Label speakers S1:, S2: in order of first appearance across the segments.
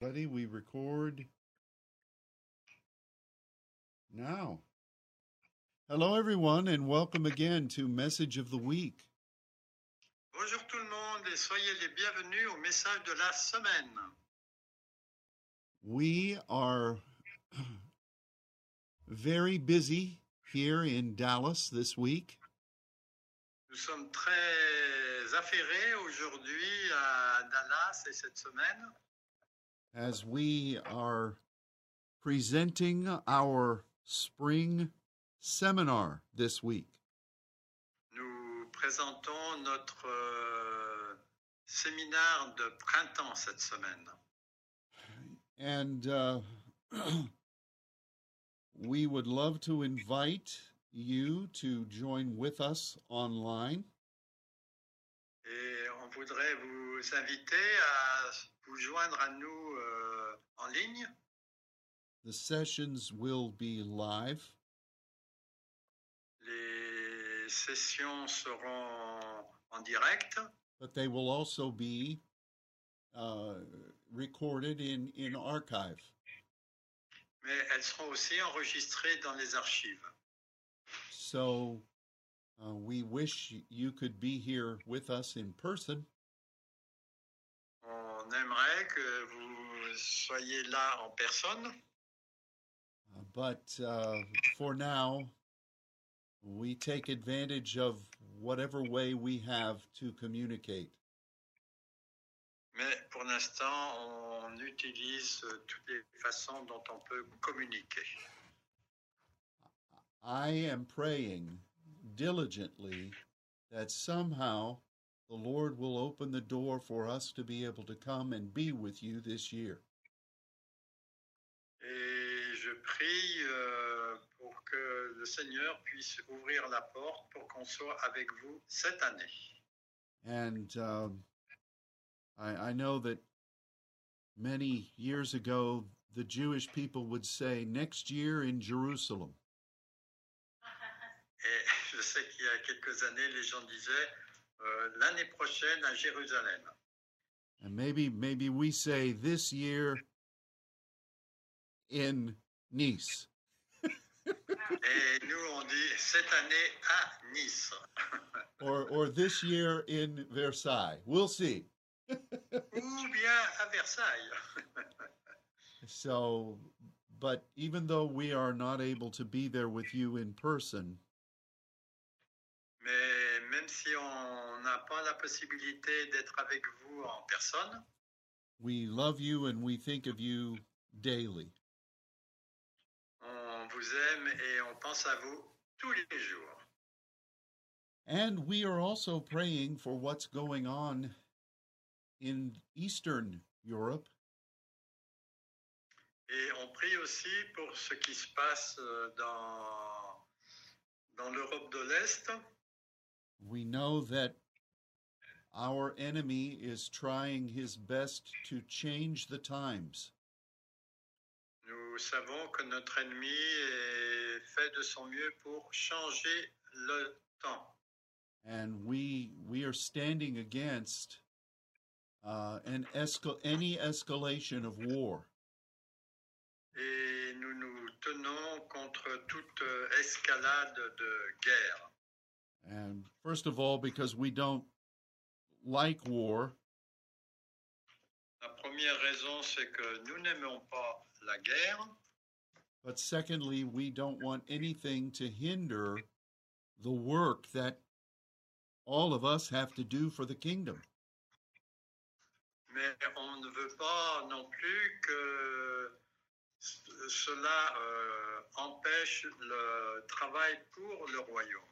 S1: buddy. We record now. Hello, everyone, and welcome again to Message of the Week.
S2: Bonjour tout le monde et soyez les bienvenus au message de la semaine.
S1: We are very busy here in Dallas this week.
S2: Nous sommes très affairés aujourd'hui à Dallas et cette semaine
S1: as we are presenting our spring seminar this week.
S2: Nous présentons notre euh, séminaire de printemps cette semaine.
S1: And uh, we would love to invite you to join with us online.
S2: Et on voudrait vous inviter à vous joindre à nous euh, en ligne.
S1: The sessions will be live,
S2: Les sessions seront en direct,
S1: but they will also be uh, recorded in, in archive.
S2: mais elles seront aussi enregistrées dans les archives.
S1: So uh, we wish you could be here with us in person.
S2: On aimerait que vous soyez là en personne,
S1: Uh, But uh, for now, we take advantage of whatever way we have to communicate.
S2: mais pour l'instant, on utilise euh, toutes les façons dont on peut communiquer.
S1: I am praying diligently that somehow the Lord will open the door for us to be able to come and be with you this year.
S2: Et je prie euh, pour que le Seigneur puisse ouvrir la porte pour qu'on soit avec vous cette année.
S1: And um, I, I know that many years ago, the Jewish people would say, next year in Jerusalem.
S2: Et je sais qu'il y a quelques années, les gens disaient euh, l'année prochaine à Jérusalem.
S1: And maybe maybe we say this year in Nice.
S2: Et nous, on dit cette année à Nice.
S1: Or or this year in Versailles. We'll see.
S2: Ou bien à Versailles.
S1: So but even though we are not able to be there with you in person,
S2: Mais même si on n'a pas la possibilité d'être avec vous en personne,
S1: we love you and we think of you daily.
S2: on vous aime et on pense à vous tous les jours.
S1: And we are also praying for what's going on in Eastern Europe
S2: Et on prie aussi pour ce qui se passe euh, dans, dans l'Europe de l'Est.
S1: We know that our enemy is trying his best to change the times,
S2: Nous savons que notre ennemi est- fait de son mieux pour changer le temps.
S1: and we we are standing against uh, an escal- any escalation of war.
S2: Et nous nous tenons contre toute euh, escalade de guerre.
S1: And first of all, because we don't like war,
S2: La première raison, c'est que nous n'aimons pas la guerre.
S1: but secondly, we don't want anything to hinder the work that all of us have to do for the kingdom.
S2: Mais on ne veut pas non plus que ce- cela euh, empêche le travail pour le royaume.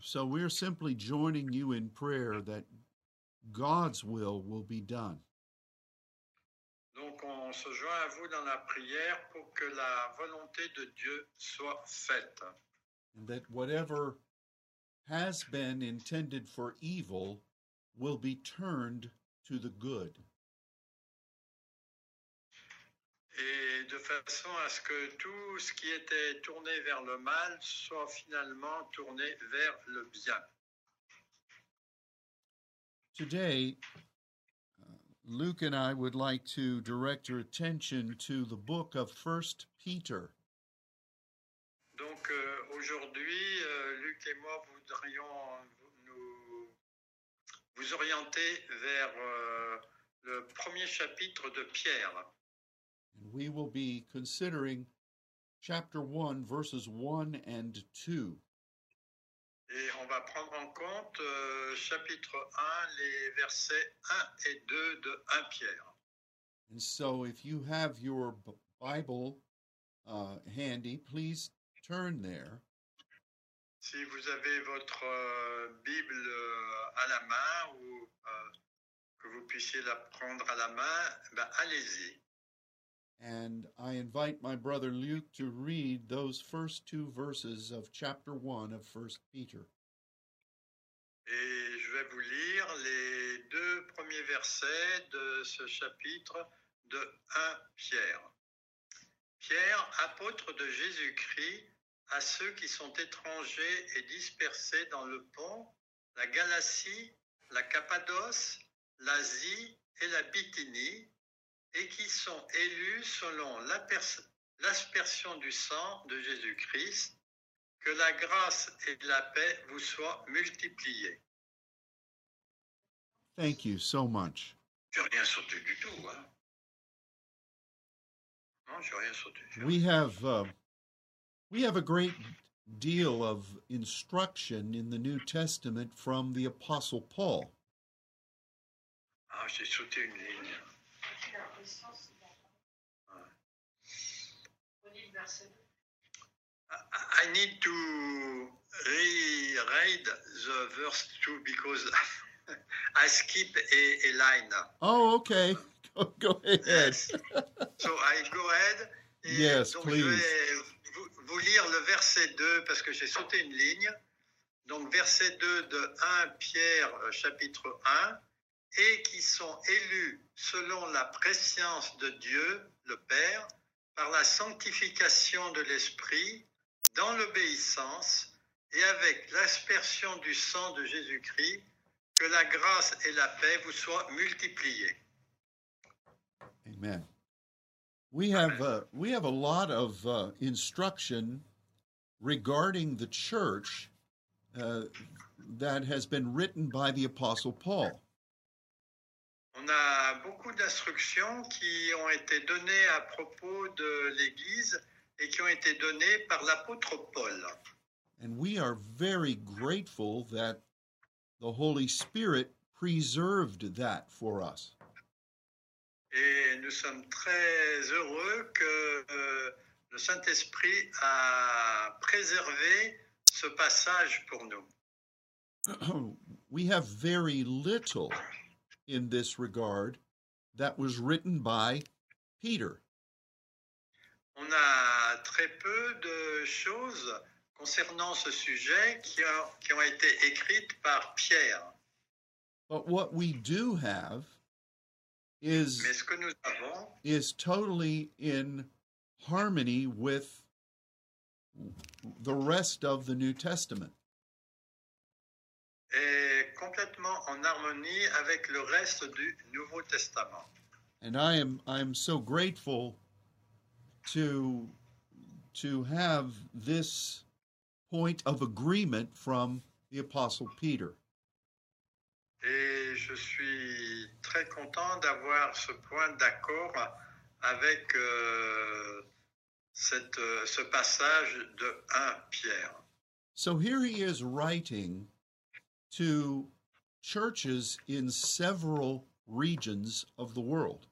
S1: So we're simply joining you in prayer that God's will will be done.
S2: Donc on se joint à vous dans la prière pour que la volonté de Dieu soit faite.
S1: And that whatever has been intended for evil will be turned to the good.
S2: Et de façon à ce que tout ce qui était tourné vers le mal soit finalement tourné vers le bien.
S1: Today, uh, Luke and I would like to direct your attention to the book of First Peter.
S2: Donc euh, aujourd'hui, euh, Luc et moi voudrions euh, nous vous orienter vers euh, le premier chapitre de Pierre.
S1: And we will be considering chapter 1, verses 1 and 2.
S2: Et on va prendre en compte euh, chapitre 1, les versets 1 et 2 de 1 Pierre.
S1: And so if you have your B- Bible uh, handy, please turn there.
S2: Si vous avez votre euh, Bible euh, à la main ou euh, que vous puissiez la prendre à la main, ben, allez-y.
S1: And I invite my brother Luke to read those first two verses of chapter 1 of First Peter.
S2: Et je vais vous lire les deux premiers versets de ce chapitre de 1 Pierre. Pierre, apôtre de Jésus-Christ, à ceux qui sont étrangers et dispersés dans le pont, la Galatie, la Cappadoce, l'Asie et la Bithynie, et qui sont élus selon l'apers- l'aspersion du sang de Jésus-Christ, que la grâce et la paix vous soient multipliées.
S1: Thank you so much.
S2: J'ai rien sauté du tout. Hein. Non, j'ai rien sauté.
S1: We have uh, we have a great deal of instruction in the New Testament from the Apostle Paul.
S2: Ah, j'ai sauté une ligne. I I need to re-read the verse 2 because I skip a, a line.
S1: Oh, okay. Go, go ahead.
S2: Yes. So I go ahead. Et
S1: Yes,
S2: donc
S1: please.
S2: Je vais vous, vous lire le verset 2 parce que j'ai sauté une ligne. Donc verset 2 de 1 Pierre euh, chapitre 1 et qui sont élus selon la préscience de Dieu le Père par la sanctification de l'Esprit dans l'obéissance et avec l'aspersion du sang de Jésus-Christ, que la grâce et la paix vous soient multipliées.
S1: Amen. We have uh, we have a lot of uh, instruction regarding the church uh, that has been written by the Apostle Paul,
S2: On a beaucoup d'instructions qui ont été données à propos de l'Église et qui ont été données par l'apôtre Paul.
S1: and we are very grateful that the Holy Spirit preserved that for us.
S2: Et nous sommes très heureux que euh, le Saint-Esprit a préservé ce passage pour nous.
S1: we have very little in this regard that was written by Peter.
S2: On a très peu de choses concernant ce sujet qui, ont- qui ont été écrites par Pierre.
S1: But what we do have is
S2: Mais ce que nous avons,
S1: is totally in harmony with the rest of the New Testament.
S2: est complètement en harmonie avec le reste du Nouveau Testament.
S1: And I am I'm so grateful to to have this point of agreement from the apostle Peter.
S2: Et je suis très content d'avoir ce point d'accord avec euh, cette, euh, ce passage de 1 Pierre.
S1: So here he is writing to churches in several regions of the world.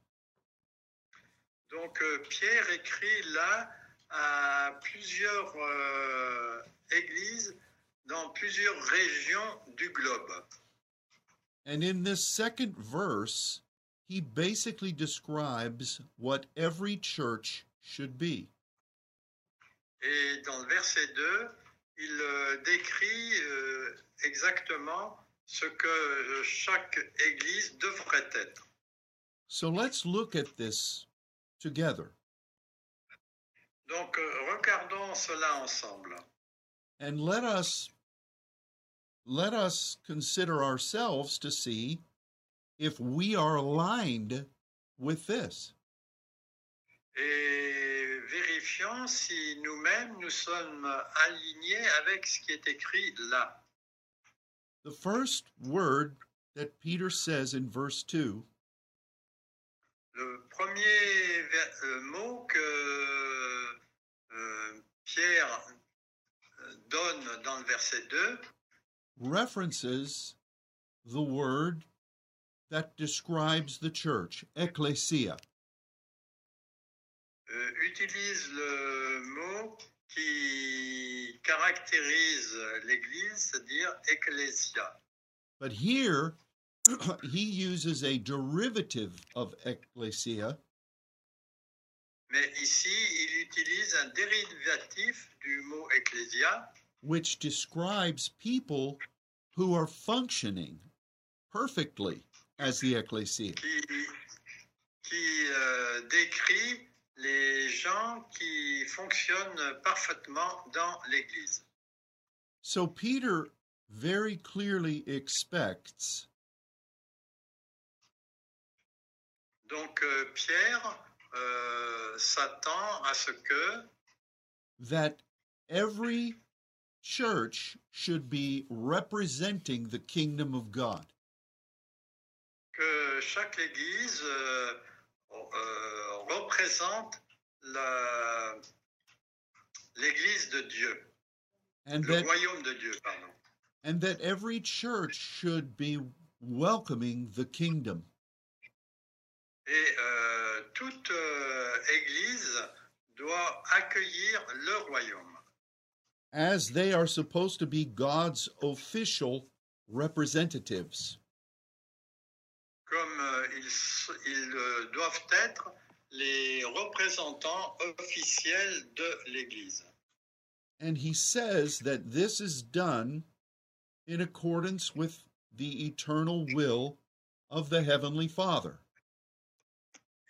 S2: Donc euh, Pierre écrit là à plusieurs euh, églises dans plusieurs régions du globe.
S1: And in this second verse, he basically describes what every church should be.
S2: Et dans le verset 2, il euh, décrit euh, exactement ce que euh, chaque église devrait être.
S1: So let's look at this together
S2: Donc euh, regardons cela ensemble
S1: and let us let us consider ourselves to see if we are aligned with this.
S2: et vérifiant si nous-mêmes nous sommes alignés avec ce qui est écrit là.
S1: The first word that Peter says in verse 2
S2: Le premier ver- euh, mot que euh, Pierre euh, donne dans le verset 2
S1: references the word that describes the church, ecclesia.
S2: euh, utilise le mot qui caractérise l'Église, c'est-à-dire ecclesia.
S1: But here, he uses a derivative of ecclesia,
S2: Mais ici, il utilise un dérivatif du mot ecclesia,
S1: which describes people who are functioning perfectly as the ecclesia.
S2: qui, qui, euh, décrit les gens qui fonctionnent parfaitement dans l'Église.
S1: So Peter very clearly expects
S2: Donc euh, Pierre euh, s'attend à ce que
S1: that every church should be representing the kingdom of God.
S2: que chaque Église euh, euh, représente la- l'Église de Dieu,
S1: And
S2: le
S1: that
S2: royaume de Dieu, pardon,
S1: and that every church should be welcoming the kingdom.
S2: et euh, toute euh, Église doit accueillir le royaume.
S1: as they are supposed to be God's official representatives.
S2: comme euh, ils, s- ils, euh, doivent être les représentants officiels de l'Église.
S1: And he says that this is done in accordance with the eternal will of the Heavenly Father.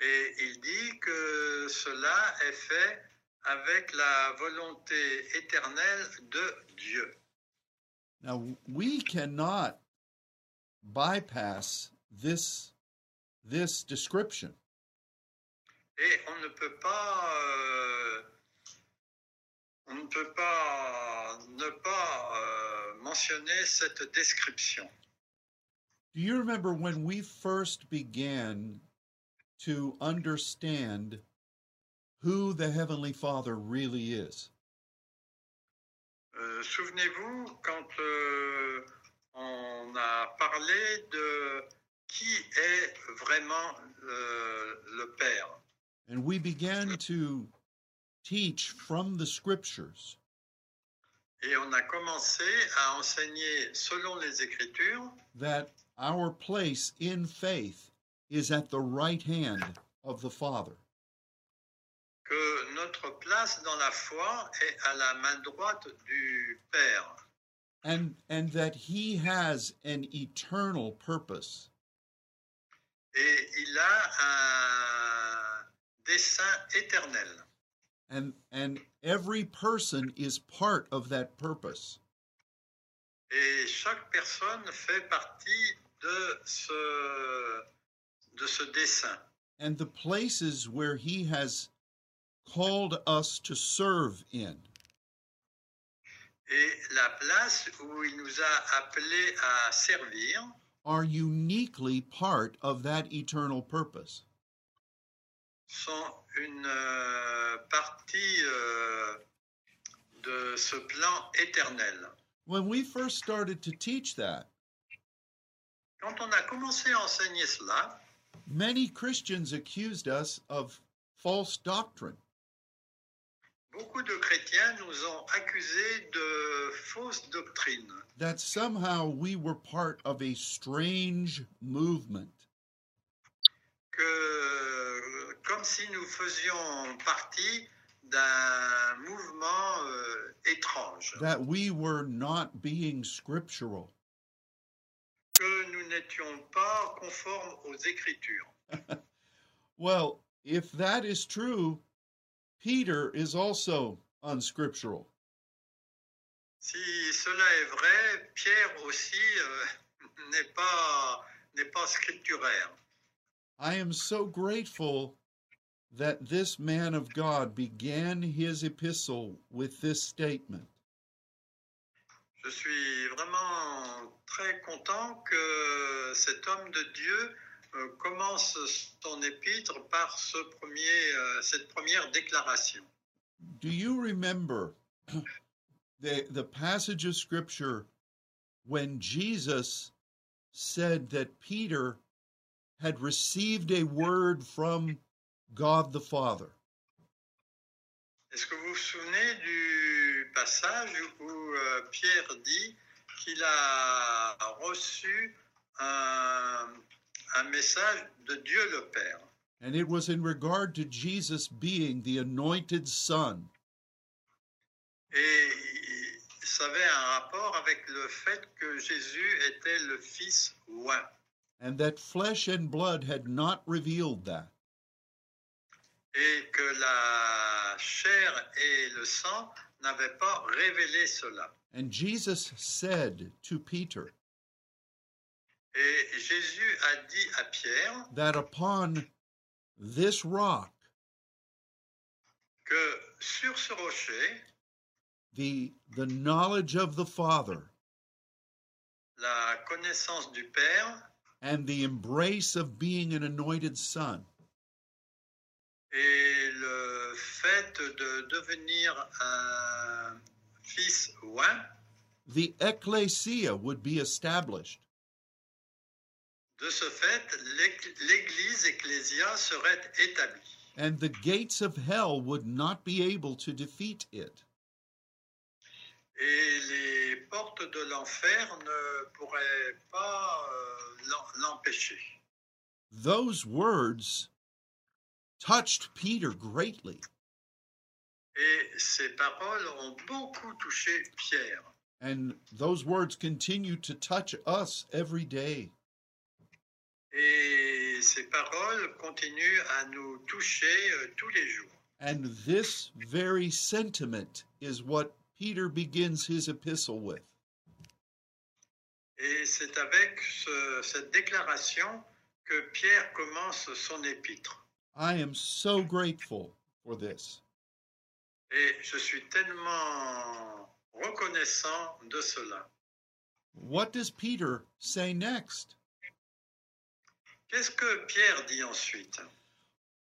S2: Et il dit que cela est fait avec la volonté éternelle de Dieu.
S1: Now, we cannot bypass this, this description.
S2: Et on ne peut pas, euh, on ne peut pas ne pas euh, mentionner cette description.
S1: Do you remember when we first began to understand who the Heavenly Father really is?
S2: Euh, Souvenez-vous, quand euh, on a parlé de qui est vraiment euh, le Père,
S1: And we began to teach from the scriptures
S2: et on a commencé à enseigner selon les Écritures
S1: that our place in faith is at the right hand of the Father.
S2: que notre place dans la foi est à la main droite du Père,
S1: And, and that he has an eternal purpose.
S2: et il a un dessein éternel,
S1: And, and every person is part of that purpose.
S2: et chaque personne fait partie de ce, de ce dessein.
S1: And the places where he has called us to serve in
S2: Et la place où il nous a appelés à servir
S1: are uniquely part of that eternal purpose.
S2: sont une euh, partie euh, de ce plan éternel.
S1: When we first started to teach that,
S2: Quand on a commencé à enseigner cela,
S1: many Christians accused us of false doctrine.
S2: beaucoup de chrétiens nous ont accusés de fausses doctrines,
S1: That somehow we were part of a strange movement.
S2: que euh, comme si nous faisions partie d'un mouvement euh, étrange,
S1: That we were not being scriptural.
S2: que nous n'étions pas conformes aux Écritures.
S1: Well, if that is true, Peter is also unscriptural.
S2: Si cela est vrai, Pierre aussi euh, n'est pas n'est pas scripturaire.
S1: I am so grateful that this man of God began his epistle with this statement
S2: Je suis vraiment très content que cet homme de Dieu euh, commence son épître par ce premier, euh, cette première déclaration.
S1: Do you remember the, the passage of Scripture when Jesus said that Peter had received a word from God the Father?
S2: Est-ce que vous vous souvenez du passage où euh, Pierre dit qu'il a reçu un, un message de Dieu le Père
S1: And it was in regard to Jesus being the anointed Son.
S2: Et il- ça avait un rapport avec le fait que Jésus était le Fils oint
S1: and that flesh and blood had not revealed that.
S2: et que la chair et le sang n'avaient pas révélé cela.
S1: And Jesus said to Peter
S2: Et Jésus a dit à Pierre
S1: that upon this rock,
S2: que sur ce rocher,
S1: the, the knowledge of the Father
S2: la connaissance du Père
S1: and the embrace of being an anointed son
S2: et le fait de devenir un fils oint,
S1: the ecclesia would be established.
S2: de ce fait, l'éc- l'Église ecclésia serait établie.
S1: And the gates of hell would not be able to defeat it.
S2: Et les portes de l'enfer ne pourraient pas euh, l'en- l'empêcher.
S1: Those words touched Peter greatly.
S2: Et ces paroles ont beaucoup touché Pierre.
S1: And those words continue to touch us every day.
S2: Et ces paroles continuent à nous toucher euh, tous les jours.
S1: And this very sentiment is what Peter begins his epistle with.
S2: Et c'est avec ce- cette déclaration que Pierre commence son épître.
S1: I am so grateful for this.
S2: Et je suis tellement reconnaissant de cela.
S1: What does Peter say next?
S2: Qu'est-ce que Pierre dit ensuite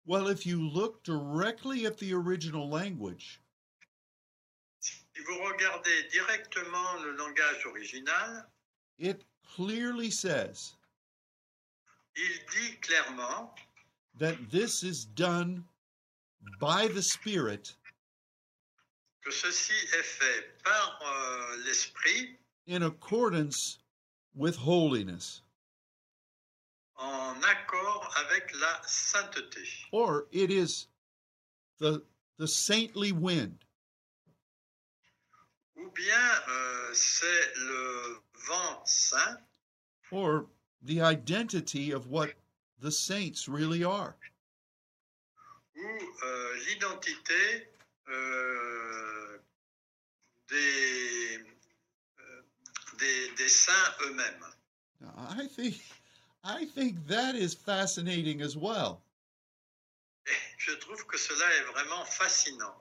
S1: Well, if you look directly at the original language,
S2: Si vous regardez directement le langage original,
S1: it clearly says
S2: il dit clairement
S1: that this is done by the Spirit
S2: que ceci est fait par euh, l'Esprit
S1: in accordance with holiness.
S2: en accord avec la sainteté.
S1: or it is the the saintly wind
S2: Ou bien euh, c'est le vent saint
S1: or the identity of what the saints really are
S2: ou euh, l'identité euh, des, euh, des, des saints eux-mêmes.
S1: Now, i think i think that is fascinating as well
S2: Et je trouve que cela est vraiment fascinant.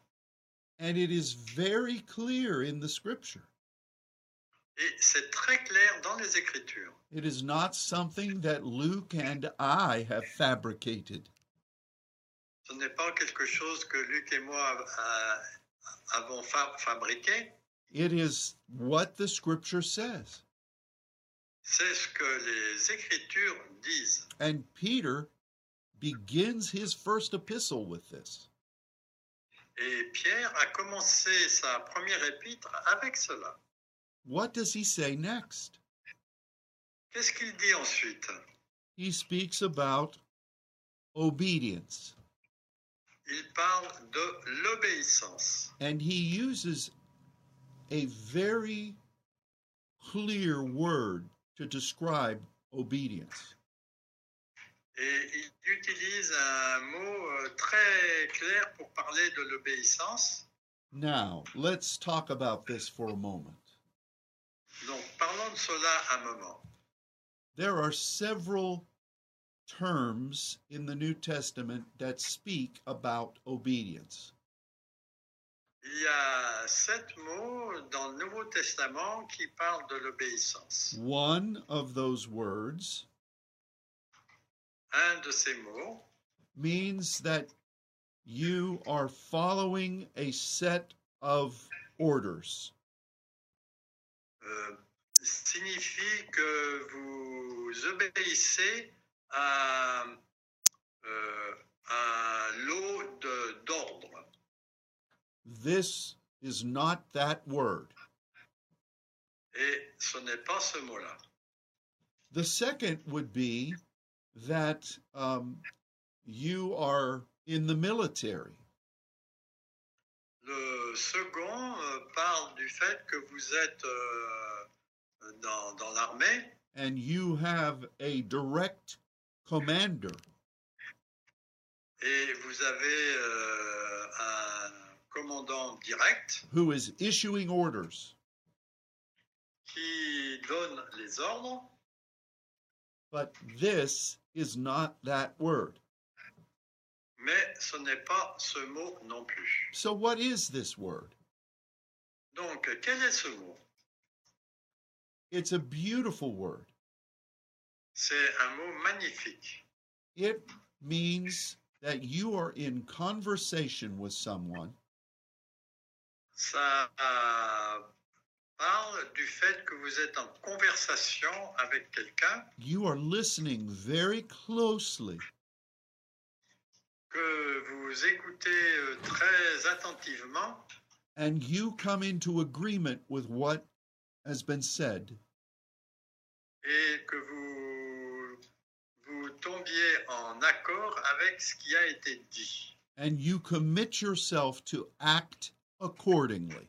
S1: and it is very clear in the scripture
S2: Et c'est très clair dans les Écritures.
S1: it is not something that luke and i have fabricated
S2: Ce n'est pas quelque chose que Luc et moi euh, avons fa- fabriqué.
S1: it is what the scripture says
S2: C'est ce que les Écritures disent.
S1: and peter begins his first epistle with this
S2: Et Pierre a commencé sa première épître avec cela.
S1: what does he say next
S2: Qu'est-ce qu'il dit ensuite
S1: he speaks about obedience
S2: Il parle de l'obéissance.
S1: and he uses a very clear word to describe obedience
S2: Et il utilise un mot euh, très clair pour parler de l'obéissance.
S1: now let's talk about this for a moment
S2: Donc parlons de cela un moment.
S1: There are several terms in the New Testament that speak about obedience.
S2: Il y a sept mots dans le Nouveau Testament qui parlent de l'obéissance.
S1: One of those words
S2: Un de ces mots
S1: means that you are following a set of orders.
S2: euh, signifie que vous obéissez à euh, un lot de- d'ordre.
S1: This is not that word.
S2: Et ce n'est pas ce mot-là.
S1: The second would be that um, you are in the military.
S2: Le second euh, parle du fait que vous êtes euh, dans, dans l'armée
S1: and you have a direct commander.
S2: et vous avez euh, un commandant direct
S1: who is issuing orders,
S2: qui donne les ordres,
S1: but this is not that word.
S2: mais ce n'est pas ce mot non plus.
S1: So, what is this word?
S2: Donc, quel est ce mot
S1: It's a beautiful word.
S2: C'est un mot magnifique.
S1: It means that you are in conversation with someone
S2: Ça euh, parle du fait que vous êtes en conversation avec quelqu'un,
S1: you are listening very closely
S2: que vous écoutez euh, très attentivement
S1: and you come into agreement with what has been said
S2: et que vous, vous tombiez en accord avec ce qui a été dit.
S1: and you commit yourself to act accordingly.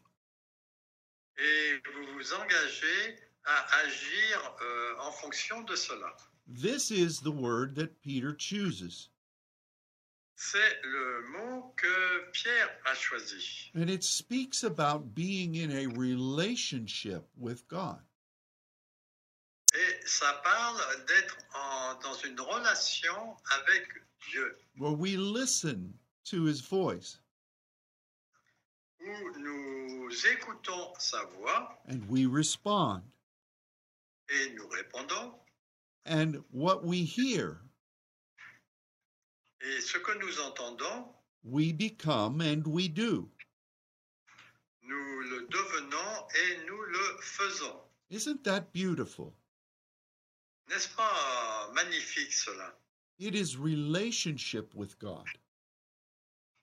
S2: Et vous vous engagez à agir euh, en fonction de cela.
S1: This is the word that Peter chooses,
S2: C'est le mot que Pierre a choisi.
S1: and it speaks about being in a relationship with God.
S2: Et ça parle d'être en- dans une relation avec Dieu,
S1: where we listen to his voice
S2: où nous écoutons sa voix
S1: and we respond.
S2: et nous répondons.
S1: And what we hear,
S2: Et ce que nous entendons,
S1: we become and we do.
S2: nous le devenons et nous le faisons.
S1: Isn't that beautiful?
S2: N'est-ce pas magnifique cela
S1: It is relationship with God.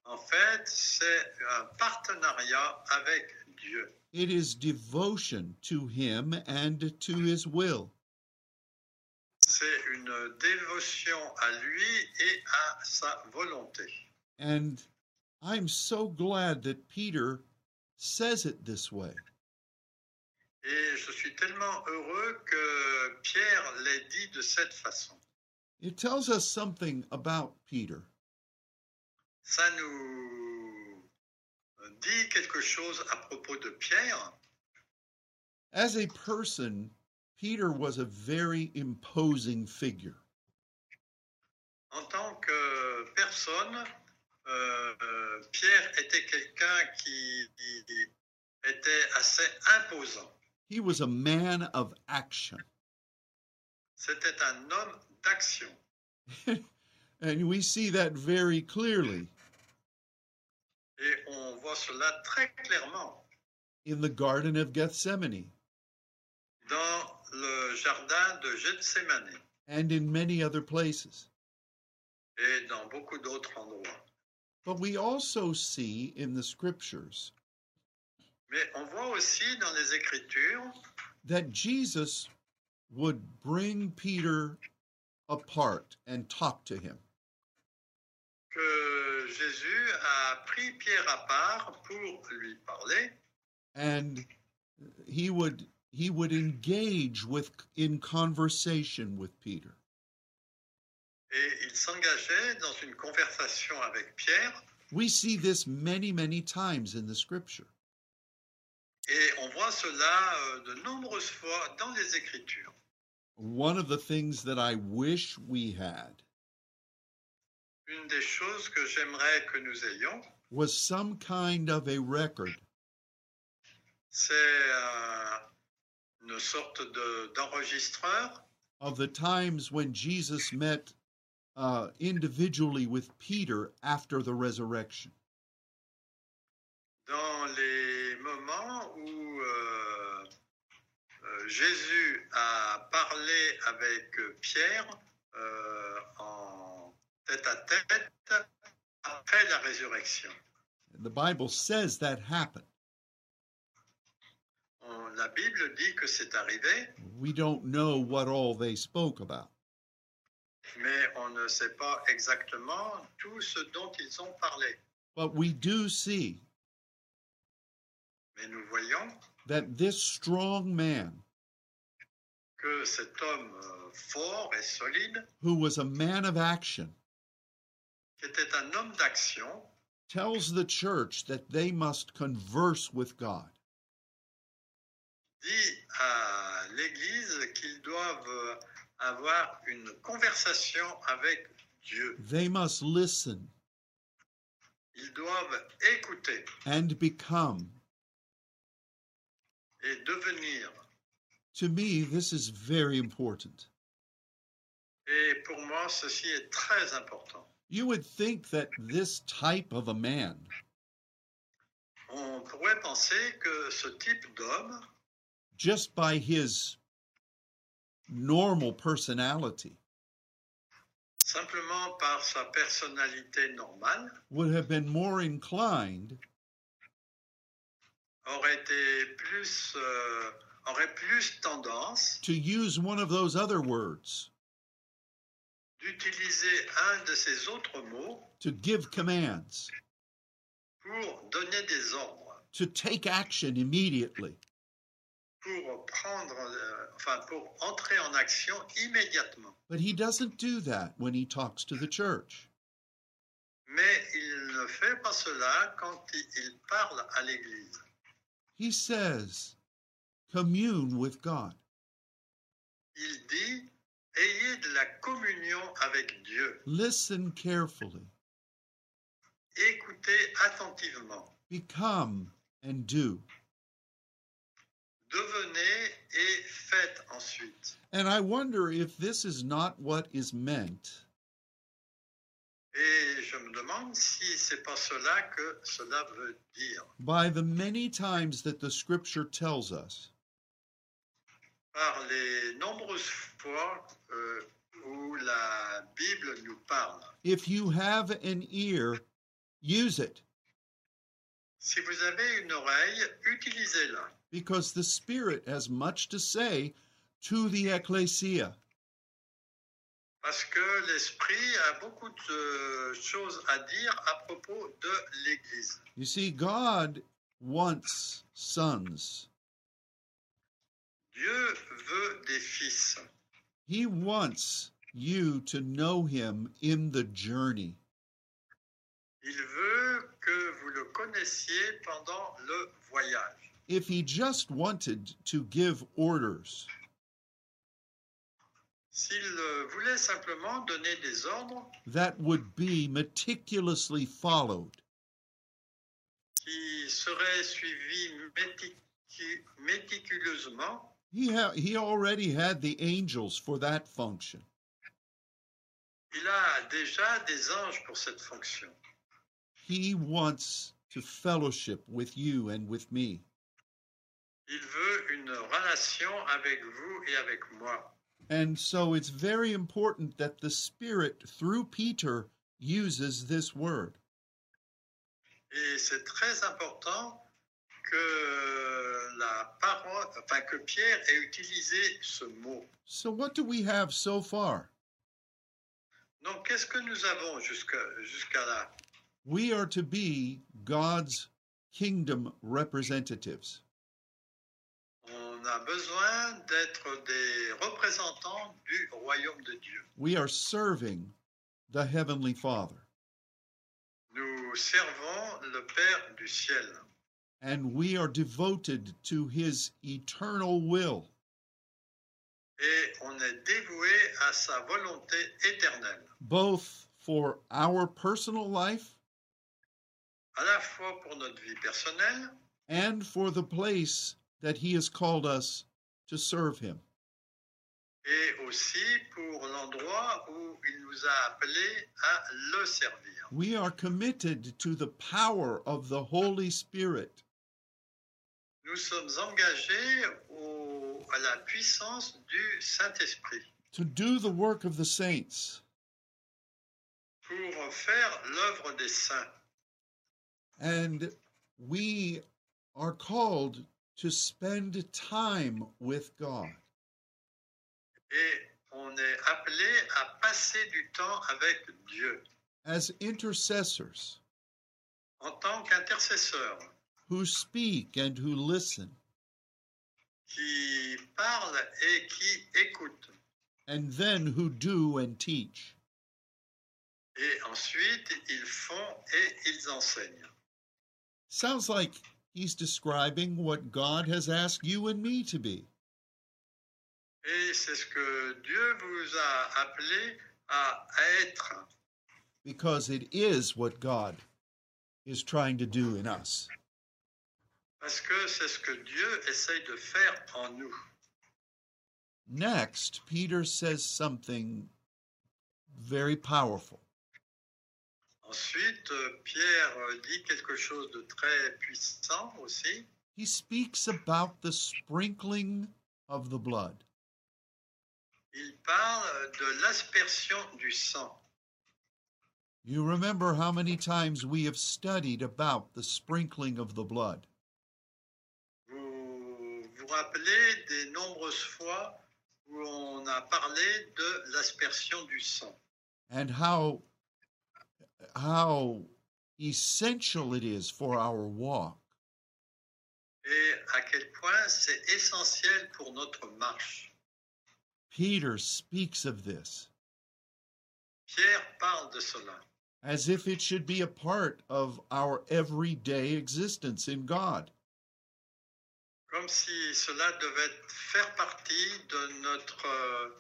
S2: En fait, c'est un partenariat avec Dieu.
S1: It is devotion to him and to his will.
S2: C'est une dévotion à lui et à sa volonté.
S1: And I'm so glad that Peter says it this way.
S2: Et je suis tellement heureux que Pierre l'ait dit de cette façon.
S1: It tells us something about Peter.
S2: Ça nous dit quelque chose à propos de Pierre.
S1: As a person, Peter was a very imposing figure.
S2: En tant que personne, euh, euh, Pierre était quelqu'un qui, qui était assez imposant.
S1: He was a man of action.
S2: C'était un homme d'action.
S1: And we see that very clearly
S2: Et on voit cela très clairement
S1: in the Garden of Gethsemane
S2: dans le jardin de Gethsemane
S1: and in many other places.
S2: et dans beaucoup d'autres endroits.
S1: But we also see in the scriptures
S2: Mais on voit aussi dans les Écritures
S1: that Jesus would bring Peter apart and talk to him.
S2: que Jésus a pris Pierre à part pour lui parler
S1: And he would he would engage with in conversation with Peter.
S2: et il s'engageait dans une conversation avec Pierre
S1: We see this many, many times in the scripture.
S2: et on voit cela euh, de nombreuses fois dans les Écritures.
S1: one of the things that I wish we had
S2: Une des choses que j'aimerais que nous ayons,
S1: was some kind of a record
S2: c'est euh, une sorte de- d'enregistreur
S1: of the times when Jesus met uh, individually with Peter after the resurrection.
S2: dans les moments où euh, euh, Jésus a parlé avec euh, Pierre euh, en tête à tête après la résurrection.
S1: The Bible says that happened.
S2: On- la Bible dit que c'est arrivé,
S1: We don't know what all they spoke about.
S2: mais on ne sait pas exactement tout ce dont ils ont parlé.
S1: But we do see
S2: Mais nous voyons
S1: that this strong man,
S2: que cet homme euh, fort et solide,
S1: who was a man of action,
S2: qui était un homme d'action,
S1: tells the church that they must converse with God.
S2: dit à l'Église qu'ils doivent euh, avoir une conversation avec Dieu.
S1: They must listen
S2: Ils doivent écouter
S1: and become.
S2: et devenir.
S1: To me, this is very important.
S2: Et pour moi, ceci est très important.
S1: You would think that this type of a man
S2: On pourrait penser que ce type d'homme,
S1: just by his normal personality
S2: simplement par sa personnalité normale,
S1: would have been more inclined
S2: aurait été plus, euh, aurait plus tendance
S1: to use one of those other words
S2: d'utiliser un de ces autres mots
S1: to give commands,
S2: pour donner des ordres,
S1: to take action immediately.
S2: pour prendre, euh, enfin pour entrer en action immédiatement.
S1: But he doesn't do that when he talks to the church.
S2: Mais il ne fait pas cela quand il- il parle à l'Église.
S1: He says, commune with God.
S2: Il dit Ayez de la communion avec Dieu,
S1: Listen carefully,
S2: écoutez attentivement,
S1: become and do.
S2: devenez et faites ensuite.
S1: And I wonder if this is not what is meant
S2: Et je me demande si c'est pas cela que cela veut dire.
S1: by the many times that the scripture tells us
S2: Par les nombreuses fois euh, où la Bible nous parle.
S1: if you have an ear, use it,
S2: Si vous avez une oreille, utilisez-la,
S1: because the Spirit has much to say to the ecclesia.
S2: parce que l'Esprit a beaucoup de euh, choses à dire à propos de l'Église.
S1: You see, God wants sons,
S2: Dieu veut des fils.
S1: He wants you to know Him in the journey.
S2: Il veut que vous le connaissiez pendant le voyage.
S1: If He just wanted to give orders,
S2: S'il euh, voulait simplement donner des ordres
S1: that would be meticulously followed.
S2: qui seraient suivis méticu- méticuleusement,
S1: He, ha- he already had the angels for that function.
S2: il a déjà des anges pour cette fonction.
S1: He wants to fellowship with you and with me.
S2: Il veut une relation avec vous et avec moi.
S1: And so it's very important that the Spirit, through Peter, uses this word.
S2: Et c'est très important que la parole, enfin que Pierre ait utilisé ce mot.
S1: So, what do we have so far?
S2: Donc, qu'est-ce que nous avons jusque- jusqu'à là
S1: We are to be God's kingdom representatives.
S2: On a besoin d'être des représentants du royaume de Dieu.
S1: We are serving the Heavenly Father,
S2: Nous servons le Père du ciel
S1: and we are devoted to His eternal will.
S2: et on est dévoué à sa volonté éternelle,
S1: both for our personal life
S2: à la fois pour notre vie personnelle
S1: and for the place that He has called us to serve Him.
S2: et aussi pour l'endroit où il nous a appelés à le servir.
S1: We are committed to the power of the Holy Spirit
S2: Nous sommes engagés au- à la puissance du Saint-Esprit
S1: to do the work of the saints
S2: pour faire l'œuvre des saints.
S1: And we are called to spend time with God.
S2: Et on est appelé à passer du temps avec Dieu
S1: As intercessors
S2: en tant qu'intercesseur
S1: who speak and who listen,
S2: qui parle et qui écoute.
S1: and then who do and teach.
S2: Et ensuite, ils font et ils enseignent.
S1: Sounds like he's describing what God has asked you and me to be.
S2: Et c'est ce que Dieu vous a appelé à être,
S1: because it is what God is trying to do in us.
S2: parce que c'est ce que Dieu essaye de faire en nous.
S1: Next, Peter says something very powerful.
S2: Ensuite, euh, Pierre euh, dit quelque chose de très puissant aussi.
S1: He speaks about the sprinkling of the blood.
S2: Il parle de l'aspersion du sang.
S1: You remember how many times we have studied about the sprinkling of the blood.
S2: Vous vous rappelez des nombreuses fois où on a parlé de l'aspersion du sang
S1: and how how essential it is for our walk.
S2: et à quel point c'est essentiel pour notre marche.
S1: Peter speaks of this
S2: Pierre parle de cela
S1: as if it should be a part of our everyday existence in God.
S2: comme si cela devait faire partie de notre euh,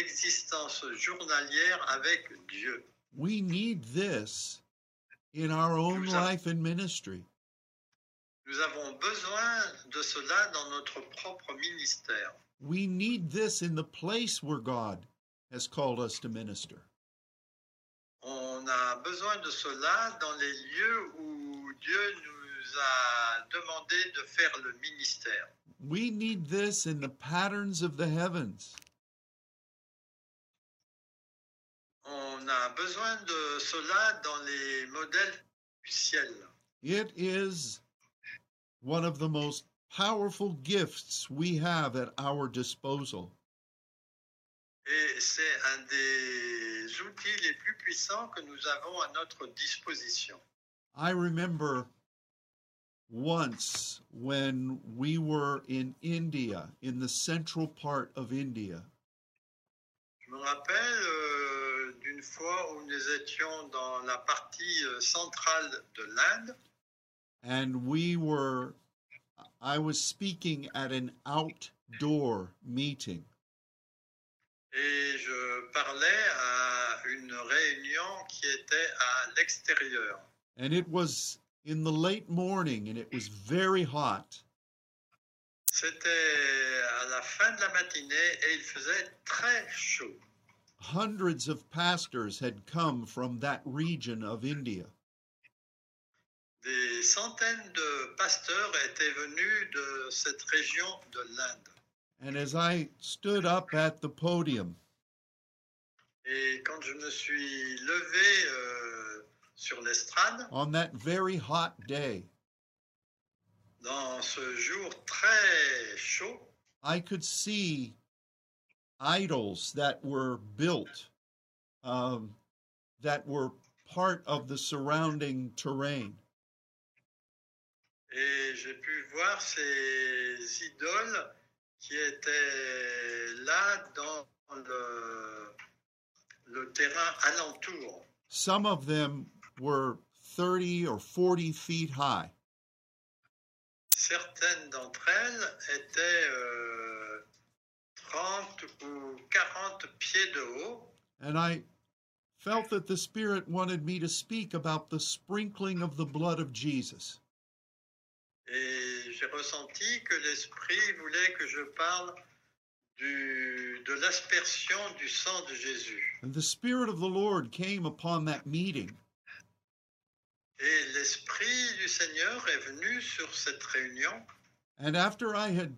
S2: existence journalière avec Dieu.
S1: We need this in our own
S2: Exactly.
S1: life and ministry.
S2: Nous avons besoin de cela dans notre propre ministère.
S1: We need this in the place where God has called us to minister.
S2: On a besoin de cela dans les lieux où Dieu nous a demandé de faire le ministère.
S1: We need this in the patterns of the heavens.
S2: On a besoin de cela dans les modèles du ciel.
S1: It is one of the most powerful gifts we have at our disposal.
S2: Et c'est un des outils les plus puissants que nous avons à notre disposition.
S1: I remember once when we were in India, in the central part of India,
S2: Je me rappelle euh, d'une fois où nous étions dans la partie euh, centrale de l'Inde.
S1: and we were, I was speaking at an outdoor meeting,
S2: Et je parlais à une réunion qui était à l'extérieur.
S1: and it was in the late morning and it was very hot.
S2: C'était à la fin de la matinée et il faisait très chaud.
S1: Hundreds of pastors had come from that region of India.
S2: Des centaines de pasteurs étaient venus de cette région de l'Inde.
S1: And as I stood up at the podium,
S2: Et quand je me suis levé euh, sur l'estrade,
S1: on that very hot day,
S2: dans ce jour très chaud,
S1: I could see idols that were built, um, that were part of the surrounding terrain.
S2: Et j'ai pu voir ces idoles qui étaient là dans le, le terrain alentour.
S1: Some of them were 30 or 40 feet high.
S2: Certaines d'entre elles étaient euh, 30 30 ou 40 pieds de haut.
S1: and I felt that the Spirit wanted me to speak about the sprinkling of the blood of Jesus.
S2: Et j'ai ressenti que l'Esprit voulait que je parle du- de l'aspersion du sang de Jésus.
S1: And the Spirit of the Lord came upon that meeting,
S2: Et l'Esprit du Seigneur est venu sur cette réunion.
S1: and after I had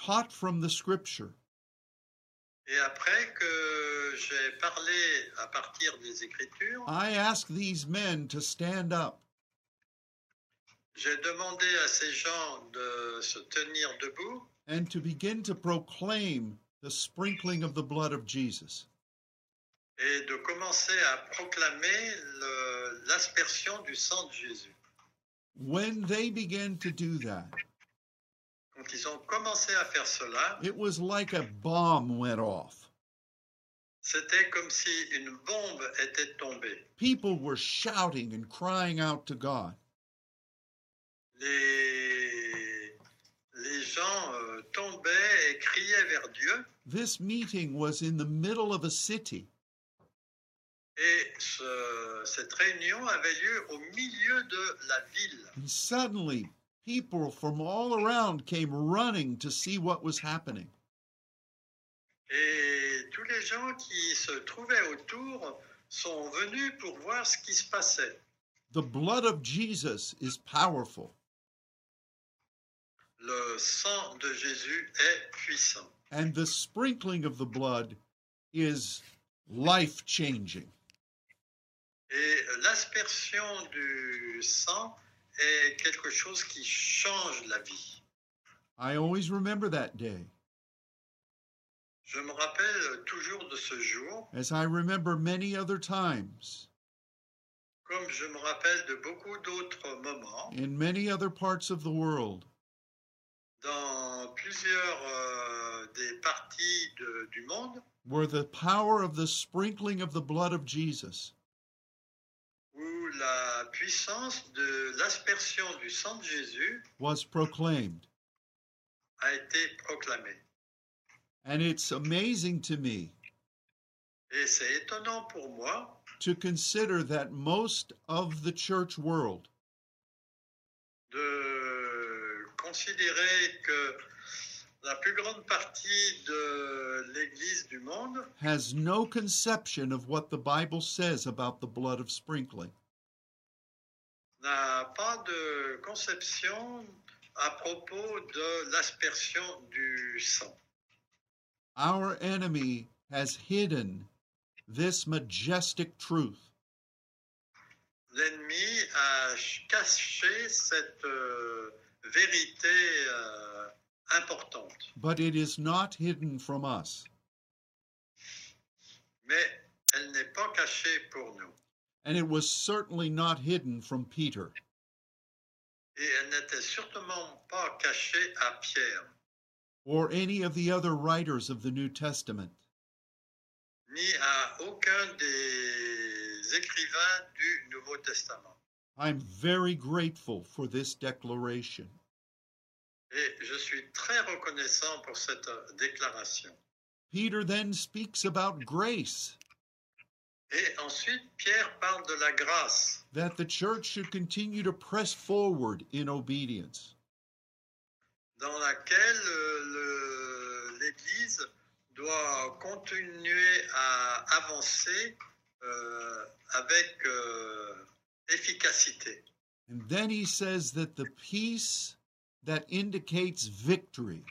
S1: taught from the Scripture,
S2: Et après que j'ai parlé à partir des Écritures,
S1: I asked these men to stand up.
S2: j'ai demandé à ces gens de se tenir debout
S1: and to begin to proclaim the sprinkling of the blood of Jesus.
S2: et de commencer à proclamer le- l'aspersion du sang de Jésus.
S1: When they began to do that,
S2: Quand ils ont commencé à faire cela,
S1: it was like a bomb went off.
S2: c'était comme si une bombe était tombée.
S1: People were shouting and crying out to God.
S2: Les, les gens euh, tombaient et criaient vers Dieu.
S1: This meeting was in the middle of a city,
S2: Et ce- cette réunion avait lieu au milieu de la ville.
S1: and suddenly people from all around came running to see what was happening.
S2: Et tous les gens qui se trouvaient autour sont venus pour voir ce qui se passait.
S1: The blood of Jesus is powerful,
S2: Le sang de Jésus est puissant.
S1: and the sprinkling of the blood is life changing.
S2: Et l'aspersion du sang est quelque chose qui change la vie.
S1: I always remember that day,
S2: Je me rappelle toujours de ce jour,
S1: as I remember many other times
S2: comme je me rappelle de beaucoup d'autres moments,
S1: in many other parts of the world.
S2: dans plusieurs euh, des parties de- du monde,
S1: Where the power of the sprinkling of the blood of Jesus
S2: où la puissance de l'aspersion du sang de Jésus
S1: was proclaimed.
S2: a été proclamée.
S1: And it's amazing to me
S2: Et c'est étonnant pour moi
S1: to consider that most of the church world
S2: de considérer que la plus grande partie de l'Église du monde
S1: has no conception of what the Bible says about the blood of sprinkling.
S2: n'a pas de conception à propos de l'aspersion du sang.
S1: Our enemy has hidden this majestic truth.
S2: L'ennemi a ch- caché cette euh, vérité euh, importante,
S1: but it is not hidden from us.
S2: mais elle n'est pas cachée pour nous.
S1: And it was certainly not hidden from Peter.
S2: Et elle n'était certainement pas cachée à Pierre,
S1: or any of the other writers of the New Testament.
S2: ni à aucun des écrivains du Nouveau Testament.
S1: I'm very grateful for this declaration.
S2: Et je suis très reconnaissant pour cette euh, déclaration.
S1: Peter then speaks about grace,
S2: Et ensuite, Pierre parle de la grâce,
S1: that the church should continue to press forward in obedience.
S2: dans laquelle euh, le- l'Église doit continuer à avancer euh, avec euh, efficacité.
S1: And then he says that the peace that indicates victory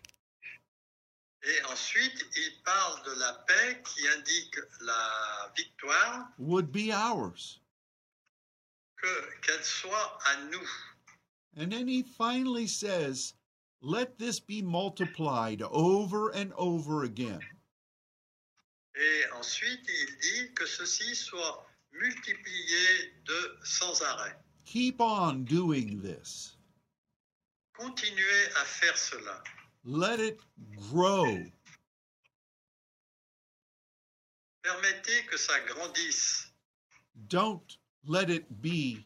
S2: Et ensuite, il parle de la paix qui indique la victoire,
S1: would be ours.
S2: que qu'elle soit à nous.
S1: And then he finally says, let this be multiplied over and over again.
S2: Et ensuite, il dit que ceci soit multiplié de sans arrêt.
S1: Keep on doing this.
S2: Continuez à faire cela.
S1: Let it grow.
S2: Permettez que ça grandisse.
S1: Don't let it be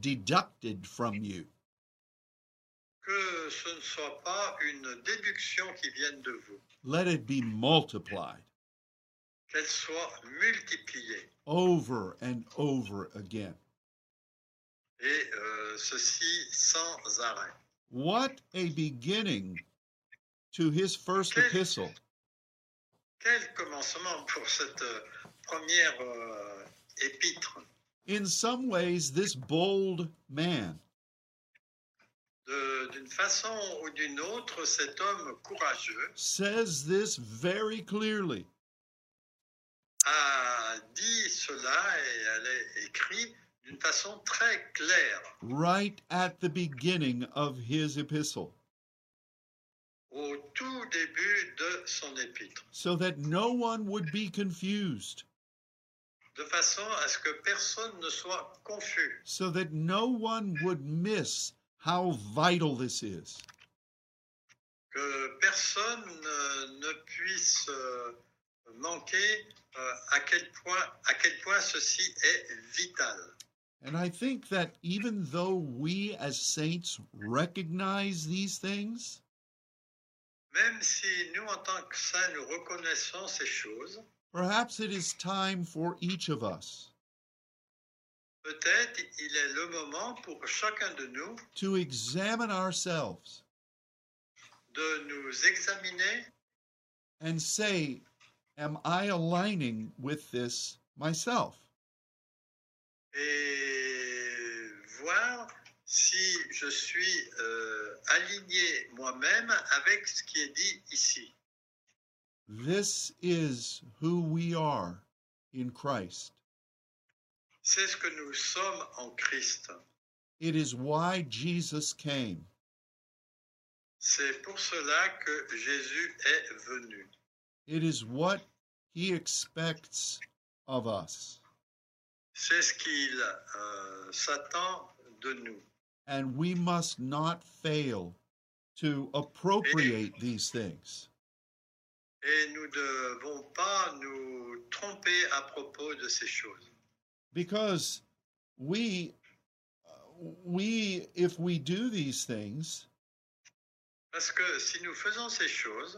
S1: deducted from you.
S2: Que ce ne soit pas une déduction qui vienne de vous.
S1: let it be multiplied
S2: qu'elle soit multipliée.
S1: over and over again.
S2: Et euh, ceci sans arrêt.
S1: What a beginning to his first epistle.
S2: Quel commencement pour cette euh, première euh, épître.
S1: In some ways, this bold man
S2: De- D'une façon ou d'une autre, cet homme courageux
S1: says this very clearly.
S2: a dit cela et elle est écrite d'une façon très claire
S1: right at the beginning of his epistle
S2: au tout début de son épître,
S1: so that no one would be confused,
S2: de façon à ce que personne ne soit confus,
S1: so that no one would miss how vital this is.
S2: que personne euh, ne puisse euh, manquer euh, à, quel point, à quel point ceci est vital.
S1: And I think that even though we as saints recognize these things,
S2: Même si nous, en tant que saints, nous reconnaissons ces choses,
S1: perhaps it is time for each of us
S2: Peut-être il est le moment pour chacun de nous
S1: to examine ourselves
S2: de nous examiner
S1: and say, Am I aligning with this myself?
S2: et voir si je suis euh, aligné moi-même avec ce qui est dit ici.
S1: This is who we are in Christ.
S2: C'est ce que nous sommes en Christ.
S1: It is why Jesus came.
S2: C'est pour cela que Jésus est venu.
S1: It is what he expects of us.
S2: C'est ce qu'il euh, s'attend de nous.
S1: And we must not fail to appropriate these things.
S2: Et nous ne devons pas nous tromper à propos de ces choses.
S1: Because we, uh, we, if we do these things,
S2: Parce que si nous faisons ces choses,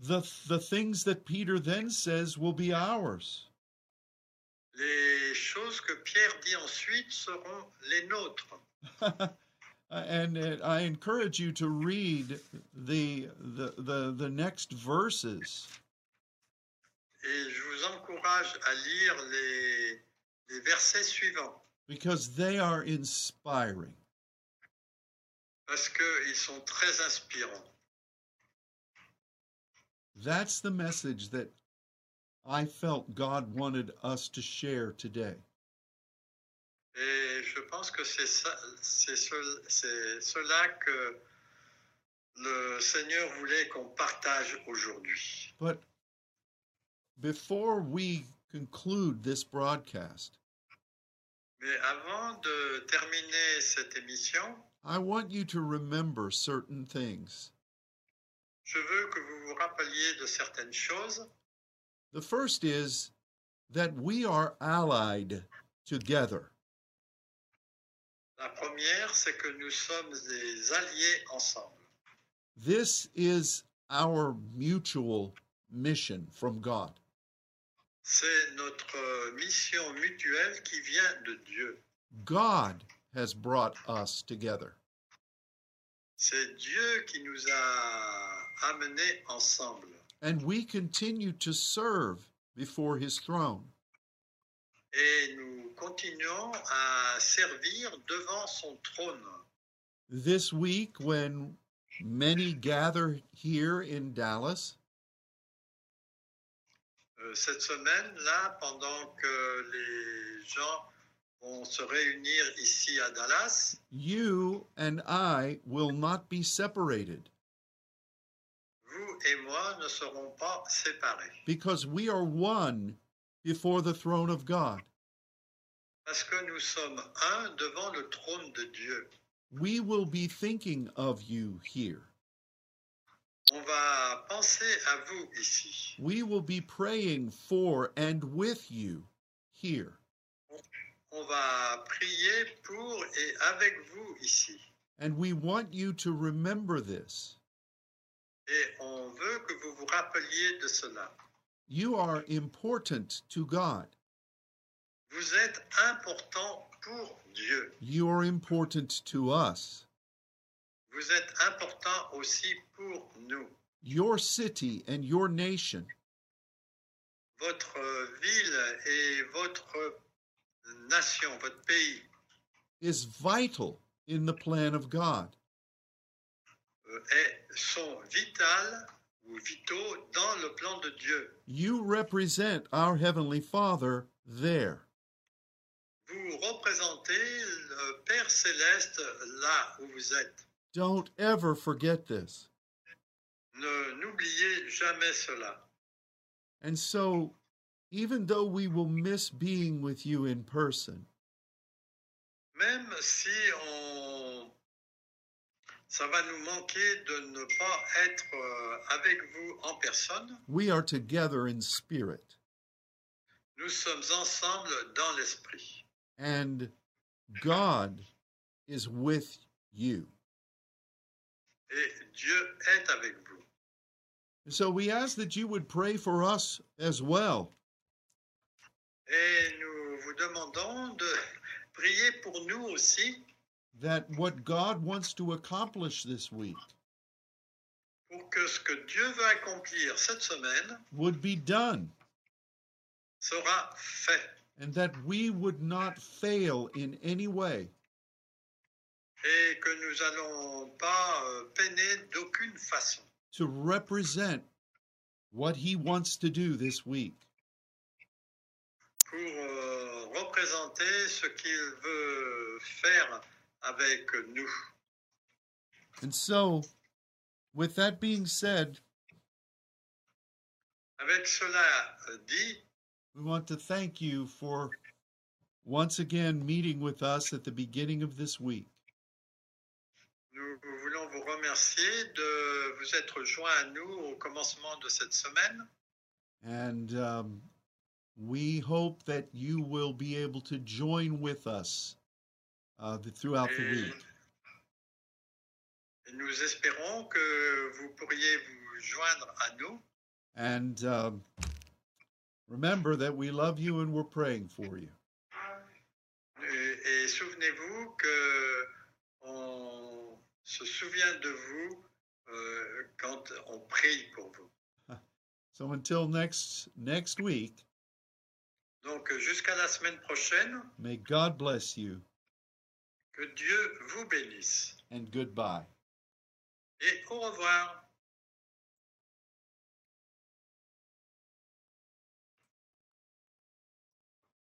S1: the, the things that Peter then says will be ours.
S2: Les choses que Pierre dit ensuite seront les nôtres.
S1: and uh, I encourage you to read the the the, the next verses
S2: Et je vous encourage à lire les, les versets suivants,
S1: because they are inspiring.
S2: parce qu'ils sont très inspirants.
S1: That's the message that I felt God wanted us to share today.
S2: Et je pense que c'est ça- c'est ce- c'est cela que le Seigneur voulait qu'on partage aujourd'hui.
S1: But before we conclude this broadcast,
S2: Mais avant de terminer cette émission,
S1: I want you to remember certain things.
S2: je veux que vous vous rappeliez de certaines choses.
S1: The first is that we are allied together.
S2: La première, c'est que nous sommes des alliés ensemble.
S1: This is our mutual mission from God.
S2: C'est notre mission mutuelle qui vient de Dieu.
S1: God has brought us together.
S2: C'est Dieu qui nous a amenés ensemble.
S1: And we continue to serve before his throne.
S2: Et nous continuons à servir devant son trône.
S1: This week, when many gather here in Dallas,
S2: Euh, Cette semaine, là, pendant que les gens vont se réunir ici à Dallas,
S1: you and I will not be separated
S2: vous et moi ne serons pas séparés.
S1: because we are one before the throne of God.
S2: Parce que nous sommes un devant le trône de Dieu.
S1: We will be thinking of you here.
S2: On va penser à vous ici.
S1: We will be praying for and with you here.
S2: On va prier pour et avec vous ici.
S1: And we want you to remember this
S2: Et on veut que vous vous rappeliez de cela.
S1: You are important to God.
S2: Vous êtes important pour Dieu.
S1: You are important to us.
S2: Vous êtes important aussi pour nous.
S1: Your city and your nation
S2: Votre ville et votre nation, votre pays
S1: is vital in the plan of God.
S2: euh, est- sont vitales ou vitaux dans le plan de Dieu.
S1: You represent our Heavenly Father there.
S2: Vous représentez le Père céleste là où vous êtes.
S1: Don't ever forget this.
S2: Ne n'oubliez jamais cela.
S1: And so, even though we will miss being with you in person,
S2: Même si on ça va nous manquer de ne pas être euh, avec vous en personne,
S1: we are together in spirit.
S2: nous sommes ensemble dans l'esprit
S1: And God is with you.
S2: et Dieu est avec vous.
S1: And so we ask that you would pray for us as well.
S2: Et nous vous demandons de prier pour nous aussi
S1: that what God wants to accomplish this week
S2: pour que ce que Dieu veut accomplir cette semaine
S1: would be done
S2: sera fait
S1: and that we would not fail in any way.
S2: et que nous n'allons pas euh, peiner d'aucune façon
S1: to represent what he wants to do this week.
S2: pour euh, représenter ce qu'il veut faire avec nous.
S1: And so, with that being said,
S2: Avec cela euh, dit,
S1: we want to thank you for once again meeting with us at the beginning of this week.
S2: nous voulons vous remercier de vous être joints à nous au commencement de cette semaine
S1: And um, we hope that you will be able to join with us uh, throughout the
S2: et
S1: week.
S2: et nous espérons que vous pourriez vous joindre à nous.
S1: And um, remember that we love you and we're praying for you.
S2: Euh, Et, et souvenez-vous que on se souvient de vous euh, quand on prie pour vous.
S1: So until next next week,
S2: Donc jusqu'à la semaine prochaine,
S1: may God bless you
S2: que Dieu vous bénisse
S1: and goodbye.
S2: et au revoir.